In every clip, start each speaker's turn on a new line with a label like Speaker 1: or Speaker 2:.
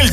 Speaker 1: El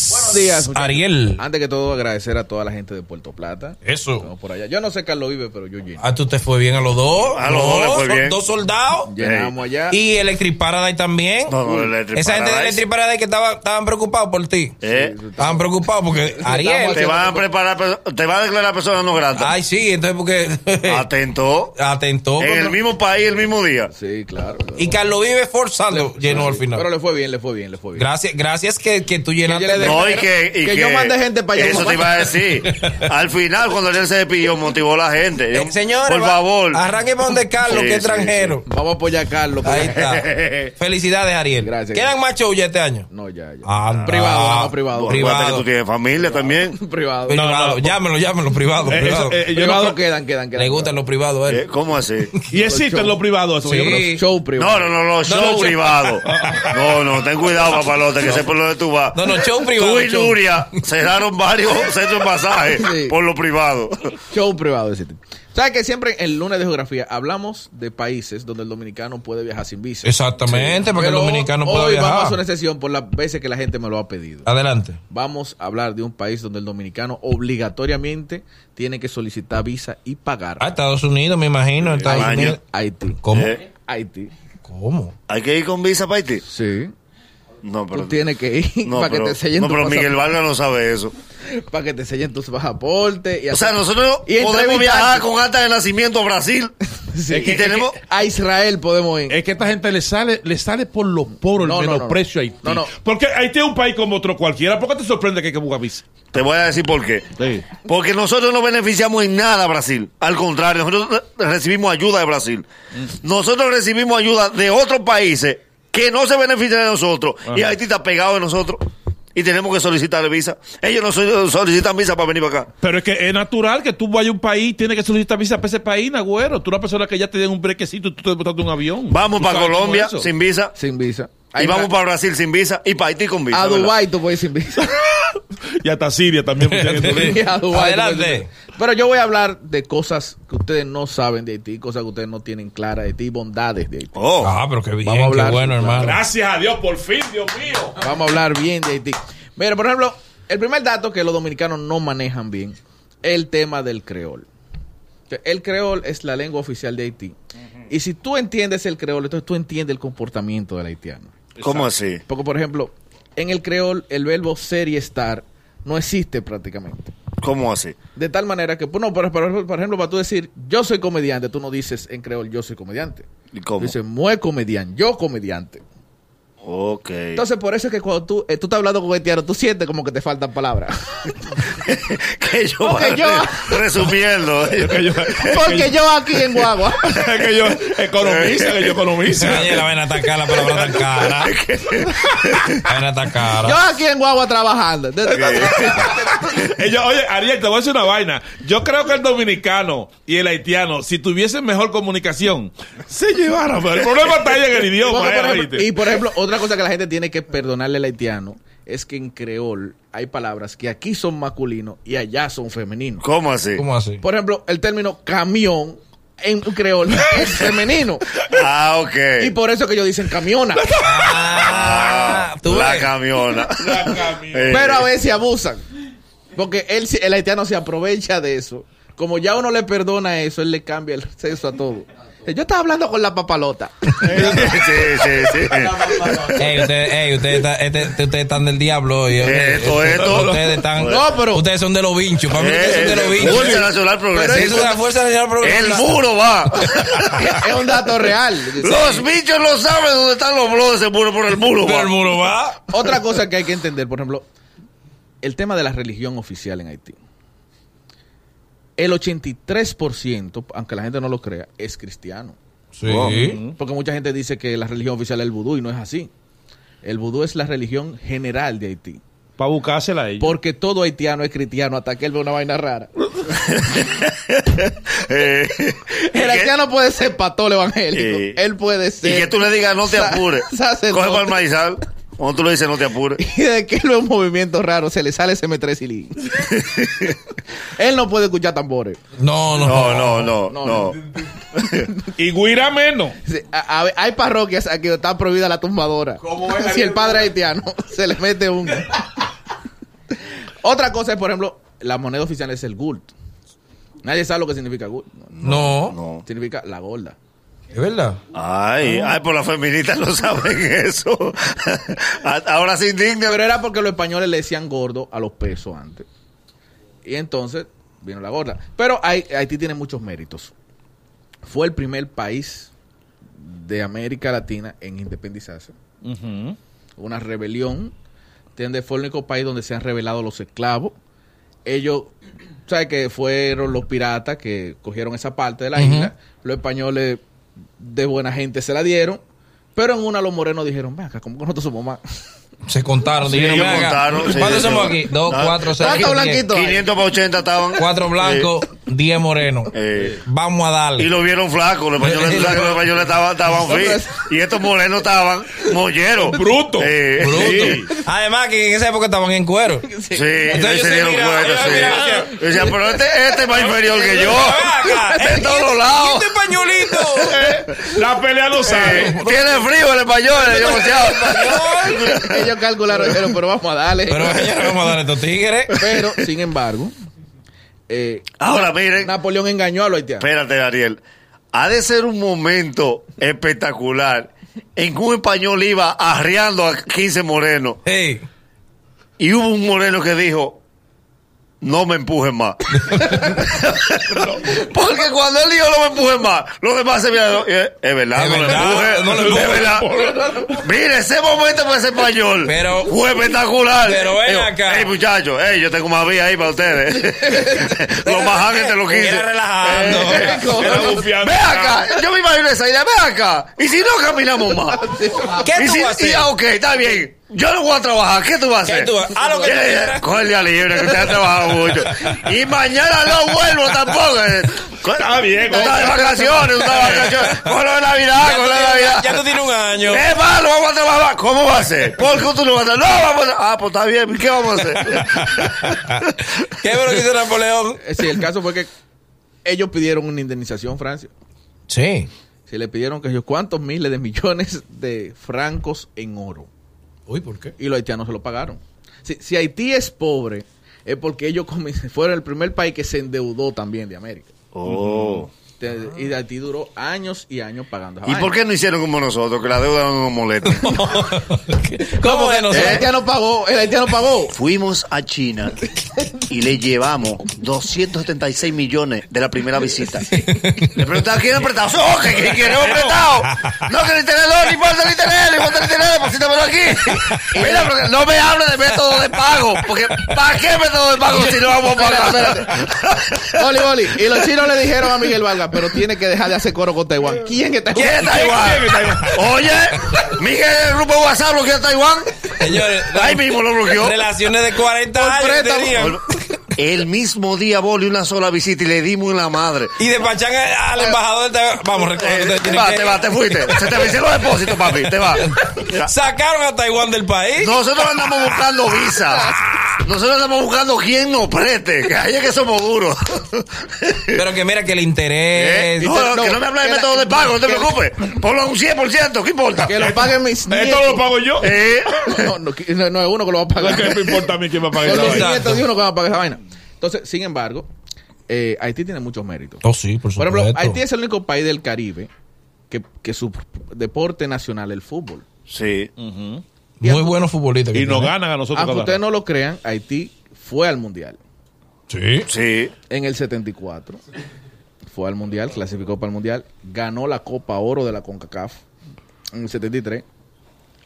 Speaker 2: Buenos días. Muchachos.
Speaker 3: Ariel.
Speaker 2: Antes que todo, agradecer a toda la gente de Puerto Plata.
Speaker 3: Eso.
Speaker 2: Estamos por allá. Yo no sé Carlos vive, pero yo lleno.
Speaker 3: Ah, tú te fue bien a los dos. A los dos, son dos soldados.
Speaker 2: Llenamos allá.
Speaker 3: Y Electric Paradise también.
Speaker 4: No, no, Electric
Speaker 3: Esa gente de
Speaker 4: Paradise.
Speaker 3: Electric Paradise que estaba, estaban preocupados por ti.
Speaker 4: Eh,
Speaker 3: Estaban preocupados porque
Speaker 4: Te
Speaker 3: Ariel.
Speaker 4: van a preparar, pe- te van a declarar persona no grata.
Speaker 3: Ay, eh. sí, entonces porque
Speaker 4: Atento.
Speaker 3: atentó.
Speaker 4: En
Speaker 3: contra-
Speaker 4: Ah. el mismo país, el mismo día.
Speaker 2: Sí, claro.
Speaker 3: Y Carlos Vive forzando llenó al
Speaker 2: Pero
Speaker 3: final.
Speaker 2: le fue bien, le fue bien, le fue bien.
Speaker 3: Gracias, gracias que, que tú llenaste
Speaker 2: Que
Speaker 3: Eh, de.
Speaker 2: yo
Speaker 4: No, y que, y
Speaker 2: Que yo mandé gente pa' allá,
Speaker 4: Eso
Speaker 2: mamá.
Speaker 4: te iba a decir. Al final, cuando él se despidió, motivó a la gente.
Speaker 3: Eh, señores,
Speaker 4: por
Speaker 3: va-
Speaker 4: favor.
Speaker 3: Arranque para donde Carlos,
Speaker 4: Sí,
Speaker 3: que
Speaker 4: sí,
Speaker 3: extranjero.
Speaker 2: Vamos a apoyar a Carlos.
Speaker 3: Ahí está. Felicidades, Ariel.
Speaker 2: Gracias,
Speaker 3: ¿Quedan más shows ya este año?
Speaker 2: No, ya, ya.
Speaker 3: Anda.
Speaker 2: Privado, vamos, privado.
Speaker 3: Ah, Pri-
Speaker 4: Acuérdate
Speaker 3: privado.
Speaker 4: que tú tienes familia también.
Speaker 2: privado. eh,
Speaker 3: Privado. Llámelo, llámelo, privado. privado.
Speaker 2: privado quedan, quedan, quedan.
Speaker 3: Le gustan los privados, a
Speaker 4: Eh,
Speaker 3: él.
Speaker 4: ¿Cómo así?
Speaker 5: Y existen los privados. eso, yo creo.
Speaker 3: Sí.
Speaker 2: Show privado.
Speaker 4: No, no, no, no, show
Speaker 3: no, yo-
Speaker 4: privado. No, no, ten cuidado, papalote, que sé por dónde tú vas.
Speaker 3: No, no, show privado,
Speaker 4: Tú y
Speaker 3: show.
Speaker 4: Nuria cerraron varios centros de masaje
Speaker 2: Sí.
Speaker 4: por lo privado.
Speaker 2: Show privado, ese tipo. ¿Sabes que siempre en lunes de geografía hablamos de países donde el dominicano puede viajar sin visa?
Speaker 3: Exactamente, para que el
Speaker 2: Pero
Speaker 3: dominicano
Speaker 2: hoy
Speaker 3: pueda
Speaker 2: vamos a hacer una
Speaker 3: viajar.
Speaker 2: excepción por las veces que la gente me lo ha pedido.
Speaker 3: Adelante.
Speaker 2: Vamos a hablar de un país donde el dominicano obligatoriamente tiene que solicitar visa y pagar.
Speaker 3: A Ah, Estados Unidos, me imagino. Estados
Speaker 4: Baño.
Speaker 3: Unidos.
Speaker 2: Haití.
Speaker 3: ¿Cómo?
Speaker 4: Eh,
Speaker 2: Haití.
Speaker 3: ¿Cómo?
Speaker 4: ¿Hay que ir con visa para Haití?
Speaker 2: Sí.
Speaker 4: No, pero.
Speaker 2: Tú tienes que ir
Speaker 4: no,
Speaker 2: para
Speaker 4: pero,
Speaker 2: que te sellen
Speaker 4: no,
Speaker 2: tu
Speaker 4: pero
Speaker 2: pasap-
Speaker 4: Miguel Vargas no sabe eso.
Speaker 2: para que te sellen tus pasaportes y
Speaker 4: O sea,
Speaker 2: hacer-
Speaker 4: nosotros
Speaker 2: Y
Speaker 4: podemos
Speaker 2: entrevistar-
Speaker 4: viajar con acta de nacimiento a Brasil.
Speaker 2: Sí.
Speaker 4: y tenemos.
Speaker 2: a Israel podemos
Speaker 4: Eh.
Speaker 2: ir.
Speaker 5: Es que esta gente le sale, le sale por los poros
Speaker 2: No,
Speaker 5: el
Speaker 2: no, no, no.
Speaker 5: menosprecio a Haití.
Speaker 2: No, no.
Speaker 5: Porque Haití es un país como otro cualquiera. ¿Por qué te sorprende que hay que buscar visa?
Speaker 4: Te voy a decir por qué. Porque nosotros no beneficiamos en nada a Brasil. Al contrario, nosotros re- recibimos ayuda de Brasil.
Speaker 2: Mm.
Speaker 4: Nosotros recibimos ayuda de otros países que no se benefician de nosotros. Y Haití está pegado de nosotros. Y tenemos que solicitar visa. Ellos no so- solicitan visa para venir para acá.
Speaker 5: Pero es que es natural que tú vayas a un país, tienes que solicitar visa para ese país, güero. Tú una persona que ya te den un brequecito y tú te botaste un avión.
Speaker 4: Vamos
Speaker 5: Tú
Speaker 4: para
Speaker 5: sabes cómo
Speaker 4: Colombia
Speaker 5: es eso.
Speaker 4: sin visa.
Speaker 2: sin visa.
Speaker 4: y
Speaker 2: Ahí
Speaker 4: vamos
Speaker 2: va-
Speaker 4: para Brasil sin visa. Y para Haití con visa.
Speaker 2: a
Speaker 4: ¿verdad?
Speaker 2: Dubai tú puedes ir sin visa.
Speaker 5: Y hasta Siria también. pusieron en turismo.
Speaker 2: Y a Dubái tú puedes ir sin
Speaker 3: Adelante.
Speaker 2: visa. Pero yo voy a hablar de cosas que ustedes no saben de Haití, cosas que ustedes no tienen claras de Haití, bondades de Haití.
Speaker 4: Oh.
Speaker 3: Ah, pero qué bien,
Speaker 2: Vamos a hablar.
Speaker 3: qué bueno, hermano.
Speaker 5: Gracias a Dios, por fin, Dios mío.
Speaker 2: Vamos a hablar bien de Haití. Mira, por ejemplo, el primer dato que los dominicanos no manejan bien, el tema del creol. O sea, El creol es la lengua oficial de Haití. Y si tú entiendes el creol, entonces tú entiendes el comportamiento del haitiano.
Speaker 4: ¿Cómo así?
Speaker 2: Porque, por ejemplo, en el creol, el verbo ser y estar no existe prácticamente.
Speaker 4: ¿Cómo así?
Speaker 2: De tal manera que, pues, no, por, por- por ejemplo, para tú decir yo soy comediante, tú no dices en creol yo soy comediante.
Speaker 4: ¿Y cómo?
Speaker 2: Dices mue comediante, yo comediante.
Speaker 4: Ok.
Speaker 2: Entonces, por eso es que cuando tú, eh, tú estás hablando con haitiano, tú sientes como que te faltan palabras.
Speaker 4: que yo,
Speaker 2: Porque yo-
Speaker 4: resumiendo.
Speaker 2: Porque yo aquí en Guagua.
Speaker 5: Es que yo economiza, que yo economiza.
Speaker 3: Oye, la vaina está cara, la palabra está cara. La vaina está cara.
Speaker 2: Yo aquí en Guagua trabajando.
Speaker 5: Ellos- oye, Ariel, te voy a decir una vaina. Yo creo que el dominicano y el haitiano, si tuviesen mejor comunicación, se llevaran. Pero el problema está ahí en el idioma.
Speaker 2: Porque,
Speaker 5: eh,
Speaker 2: por ejemplo-
Speaker 5: ¿oíste?
Speaker 2: y por ejemplo, otra cosa que la gente tiene que perdonarle al haitiano es que en creol hay palabras que aquí son masculinos y allá son femeninos.
Speaker 4: ¿Cómo así?
Speaker 3: ¿Cómo así?
Speaker 2: Por ejemplo, el término camión en creol es femenino.
Speaker 4: Ah, ok.
Speaker 2: Y por eso que ellos dicen camiona.
Speaker 3: Ah, tú
Speaker 4: la
Speaker 3: ves.
Speaker 4: camiona. Eh, La
Speaker 5: camiona.
Speaker 2: Pero a veces abusan. Porque él, se- el haitiano se aprovecha de eso. Como ya uno le perdona eso, él le cambia el sexo a todo. Yo estaba hablando con la papalota.
Speaker 4: sí, sí, sí.
Speaker 3: Ey, ustedes, ey, ustedes, está- este- este- ustedes están del diablo. hoy.
Speaker 4: Eh, esto, esto.
Speaker 3: Ustedes están.
Speaker 2: No, pero-
Speaker 3: Ustedes son de los vinchos. Para mí, ustedes son de los
Speaker 4: Eh,
Speaker 3: vinchos.
Speaker 4: Fuerza Nacional
Speaker 3: Ustedes son de la
Speaker 4: Progresista.
Speaker 3: Fuerza Nacional
Speaker 4: El
Speaker 3: Progresista.
Speaker 4: muro va.
Speaker 2: es un dato real.
Speaker 4: Los bichos no saben dónde están los bloques de ese muro, pero el muro
Speaker 3: Pero el
Speaker 4: va.
Speaker 3: muro va.
Speaker 2: Otra cosa que hay que entender, por ejemplo, el tema de la religión oficial en Haití. El 83%, aunque la gente no lo crea, es cristiano.
Speaker 3: Sí.
Speaker 2: Porque mucha gente dice que la religión oficial es el vudú y no es así. El vudú es la religión general de Haití.
Speaker 5: Para buscársela a ellos.
Speaker 2: Porque todo haitiano es cristiano hasta que él ve una vaina rara.
Speaker 4: Eh,
Speaker 2: El haitiano puede ser pastor evangélico.
Speaker 4: Sí.
Speaker 2: Él puede
Speaker 4: y
Speaker 2: ser.
Speaker 4: que tú le digas, no te
Speaker 2: sa-
Speaker 4: apures. Coge
Speaker 2: sacerdote.
Speaker 4: para el maizal. Cuando tú le dices, no te apures.
Speaker 2: Y de que él ve un movimiento raro, se le sale SM3 y li- él no puede escuchar tambores.
Speaker 3: No, no,
Speaker 4: No, no, no,
Speaker 2: No,
Speaker 4: no.
Speaker 5: Y Guira menos.
Speaker 2: Sí, a- a- hay parroquias aquí donde está prohibida la tumbadora.
Speaker 6: ¿Cómo es?
Speaker 2: si el padre es haitiano, se le mete un. Otra cosa es, por ejemplo, la moneda oficial es el gold. Nadie sabe lo que significa gold.
Speaker 3: No.
Speaker 4: No.
Speaker 2: Significa la gorda.
Speaker 3: Es verdad.
Speaker 4: Ay, ay, por las feministas no saben eso. A- Ahora se indigna.
Speaker 2: Pero era porque los españoles le decían gordo a los pesos antes. Y entonces vino la gorda. Pero Hai- Haití tiene muchos méritos. Fue el primer país de América Latina en independizarse. Una rebelión. ¿Entiendes? Fue el único país donde se han rebelado los esclavos. Ellos, ¿sabes que Fueron los piratas que cogieron esa parte de la isla. Los españoles de buena gente se la dieron. Pero en una los morenos dijeron, venga, ¿cómo que nosotros somos más?
Speaker 3: Se contaron. dijeron,
Speaker 4: ellos
Speaker 3: "Ven acá,
Speaker 4: contaron, sí,
Speaker 3: ¿Cuántos
Speaker 4: sí,
Speaker 3: somos
Speaker 4: sí.
Speaker 3: aquí? Dos,
Speaker 4: Ah,
Speaker 3: cuatro, seis.
Speaker 2: ¿Cuántos
Speaker 3: diez.
Speaker 2: blanquitos?
Speaker 4: 500 para 80 estaban.
Speaker 3: Cuatro blancos, diez morenos.
Speaker 4: Eh, eh.
Speaker 3: Vamos a darle.
Speaker 4: Y lo vieron flaco, los españoles,
Speaker 3: Eh, eh,
Speaker 4: flacos, los españoles estaban, estaban fit.
Speaker 2: Nosotros-
Speaker 4: Y estos morenos estaban molleros.
Speaker 5: Bruto.
Speaker 4: Eh,
Speaker 3: Bruto.
Speaker 4: sí.
Speaker 3: Además que en esa época estaban en cuero.
Speaker 4: Sí, ellos
Speaker 3: ellos
Speaker 4: se
Speaker 3: se
Speaker 4: dieron
Speaker 3: miraban,
Speaker 4: cuenta,
Speaker 3: ellos miraban.
Speaker 4: sí. Decían, pero este, este es más inferior que yo.
Speaker 3: Ven acá,
Speaker 4: De
Speaker 3: eh,
Speaker 4: todos
Speaker 3: ¿y-
Speaker 4: lados.
Speaker 3: y Este pañuelito.
Speaker 5: La pelea lo
Speaker 4: Eh,
Speaker 5: sabe.
Speaker 4: Tiene frío el español, el divorciado.
Speaker 2: Ellos calcularon, dijeron, pero vamos a darle.
Speaker 3: Pero ya no vamos a dar a estos tigres.
Speaker 2: Pero, sin embargo, eh,
Speaker 4: Ahora miren,
Speaker 2: Napoleón engañó a los haitianos.
Speaker 4: espérate, Ariel. Ha de ser un momento espectacular en que un español iba arreando a 15 morenos
Speaker 3: Ey,
Speaker 4: y hubo un moreno que dijo. No me empujen más. Porque cuando él dijo no me empujen más, los demás se vieron. eh, Es verdad,
Speaker 3: Es
Speaker 4: no,
Speaker 3: verdad,
Speaker 4: le
Speaker 3: no le
Speaker 4: empujen.
Speaker 3: empujen.
Speaker 4: Es verdad. Mire, ese momento fue ese español.
Speaker 3: Pero-
Speaker 4: fue espectacular.
Speaker 3: pero ven
Speaker 4: Digo,
Speaker 3: acá.
Speaker 4: Hey, muchachos, hey, yo tengo más vía ahí para ustedes. los bajan entre los 15.
Speaker 3: Era relajando.
Speaker 5: Era bufiando.
Speaker 4: Ve acá, yo me imagino esa idea, ve acá. Y si no caminamos más.
Speaker 3: ¿Qué
Speaker 4: y
Speaker 3: tú
Speaker 4: si,
Speaker 3: vas a hacer?
Speaker 4: y, ah, ok, está bien. Yo no voy a trabajar, ¿qué tú vas a
Speaker 3: ¿Qué
Speaker 4: hacer?
Speaker 3: tú vas- haz lo que tú
Speaker 4: Eh,
Speaker 3: quieras.
Speaker 4: Coge el día libre, que usted ha trabajado mucho. Y mañana no vuelvo tampoco. eh. Co-
Speaker 5: Está bien,
Speaker 4: Tú estás de vacaciones, tú estás de vacaciones. Cógelo de Navidad,
Speaker 3: ya tú
Speaker 4: cógelo de
Speaker 3: tienes-
Speaker 4: Navidad. ¿Eh?
Speaker 3: Ya tú tienes un año.
Speaker 4: Es malo, vamos a trabajar. ¿Cómo va a ser? ¿Por qué tú no vas a hacer? No, vamos a... Ah, pues está bien, ¿qué vamos a hacer?
Speaker 3: ¿Qué fue lo que hizo Napoleón?
Speaker 2: Eh, sí, el caso fue que ellos pidieron una indemnización, Francia.
Speaker 3: Sí.
Speaker 2: Se le pidieron que ellos cuántos miles de millones de francos en oro.
Speaker 3: Uy, ¿por qué?
Speaker 2: Y los haitianos se lo pagaron. Si, si Haití es pobre, es porque ellos comi- fueron el primer país que se endeudó también de América.
Speaker 4: Oh.
Speaker 2: Entonces, Y Haití duró años y años pagando. esa
Speaker 4: ¿Y
Speaker 2: vaina.
Speaker 4: por qué no hicieron como nosotros, que la deuda no nos molesta?
Speaker 3: ¿Cómo de
Speaker 2: El
Speaker 4: ¿Eh?
Speaker 3: nosotros?
Speaker 2: haitiano pagó, el haitiano pagó.
Speaker 4: Fuimos a China y le llevamos 276 millones de la primera visita. Le preguntaba quién apretado. ¡Oh, que que- que no apretado! No, que el tenedor, ni importa el tenedor, ni importa el tenedor, deposítamelo aquí. Mira, porque no me hable de método de pago, porque ¿para qué método de pago si no vamos a pagar?
Speaker 2: Oli, Oli. Y los chinos le dijeron a Miguel Vargas, pero tiene que dejar de hacer coro con Taiwán. ¿Quién está
Speaker 4: ¿Quién es Taiwán? Oye, Miguel, el grupo de WhatsApp bloqueó a Taiwán.
Speaker 3: Señores,
Speaker 4: Ahí mismo lo bloqueó.
Speaker 3: relaciones de 40 años
Speaker 2: préstamo.
Speaker 3: tenían.
Speaker 4: El mismo día, Boli, una sola visita y le dimos en la madre.
Speaker 3: Y despachan a- al embajador del Vamos, recuerda que
Speaker 4: Eh,
Speaker 3: ustedes
Speaker 4: te
Speaker 3: tienen
Speaker 4: va,
Speaker 3: que-
Speaker 4: te va, te fuiste. Se te vencieron los depósitos, papi. Te va. Ya.
Speaker 3: Sacaron a Taiwán del país.
Speaker 4: Nosotros andamos buscando visa. Nosotros andamos buscando quién nos preste. Que ahí es que somos duros.
Speaker 3: Pero que mira que le
Speaker 4: Eh,
Speaker 3: interés.
Speaker 4: no, no, que no me hables de método de pago, no te
Speaker 2: que-
Speaker 4: preocupes. Ponlo a un 100%, ¿qué importa?
Speaker 2: Que lo paguen mis
Speaker 5: Esto
Speaker 2: nietos.
Speaker 5: lo pago yo.
Speaker 4: Eh,
Speaker 2: No, no, que- no, no es uno que lo va a pagar.
Speaker 5: ¿Qué me importa a mí quién va a pagar
Speaker 2: Son
Speaker 5: esa
Speaker 2: los
Speaker 5: vaina?
Speaker 2: nietos de uno que va a pagar esa vaina. Entonces, sin embargo, eh, Haití tiene muchos méritos.
Speaker 3: Oh, sí, por
Speaker 2: Por
Speaker 3: supuesto.
Speaker 2: ejemplo, Haití es el único país del Caribe que, que su deporte nacional es el fútbol.
Speaker 4: sí.
Speaker 3: Muy buenos futbolistas. que
Speaker 5: Y nos
Speaker 3: tiene.
Speaker 5: ganan a nosotros.
Speaker 2: Aunque
Speaker 5: cada
Speaker 2: ustedes
Speaker 5: rato.
Speaker 2: no lo crean, Haití fue al mundial
Speaker 3: Sí.
Speaker 4: Sí.
Speaker 2: en el 74. Fue al mundial, clasificó para el mundial, ganó la Copa Oro de la CONCACAF en el 73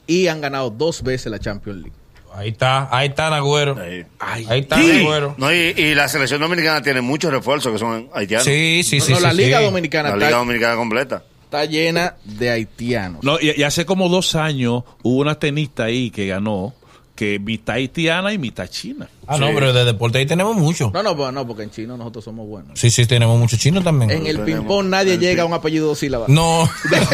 Speaker 2: y han ganado dos veces la Champions League.
Speaker 3: Ahí está, ahí está Nagüero.
Speaker 4: Ahí.
Speaker 3: Ahí está
Speaker 4: Sí.
Speaker 3: Nagüero.
Speaker 4: No, y, y la selección dominicana tiene muchos refuerzos que son haitianos.
Speaker 3: Sí, sí, sí.
Speaker 2: no, la
Speaker 3: sí,
Speaker 2: Liga
Speaker 3: sí.
Speaker 2: Dominicana
Speaker 4: La
Speaker 2: está,
Speaker 4: Liga Dominicana completa.
Speaker 2: está llena de haitianos.
Speaker 5: No, y, y hace como dos años hubo una tenista ahí que ganó, que mitad haitiana y mitad china.
Speaker 3: Ah, no, pero de deporte ahí tenemos mucho.
Speaker 2: No, no, pues, no, porque en chino nosotros somos buenos.
Speaker 3: Sí, sí, tenemos mucho chino también.
Speaker 2: En el ping-pong nadie llega a un apellido de dos sílabas.
Speaker 3: No.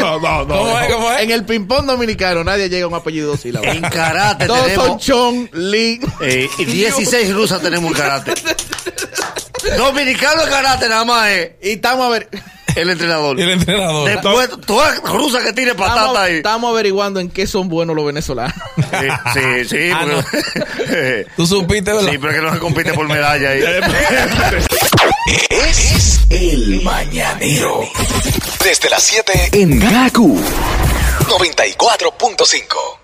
Speaker 5: No, no, no.
Speaker 3: ¿Cómo es? ¿Cómo es?
Speaker 2: En el ping-pong dominicano nadie llega a un apellido de dos sílabas.
Speaker 4: En karate
Speaker 2: Todos son
Speaker 4: tenemos
Speaker 2: Chon, Lee.
Speaker 4: eh, 16 rusas tenemos en karate. Dominicano en karate nada más es
Speaker 2: Y estamos a ver.
Speaker 4: el entrenador.
Speaker 3: El entrenador.
Speaker 4: Después, toda rusa que tire
Speaker 2: Estamos,
Speaker 4: patata ahí.
Speaker 2: estamos averiguando en qué son buenos los venezolanos.
Speaker 4: Sí, sí, sí,
Speaker 3: Ah, no.
Speaker 4: porque-
Speaker 3: Tú supiste, ¿verdad?
Speaker 4: sí, pero que no se compite por medalla ahí.
Speaker 6: Es el mañanero. Desde las 7 en Gaku 94.5.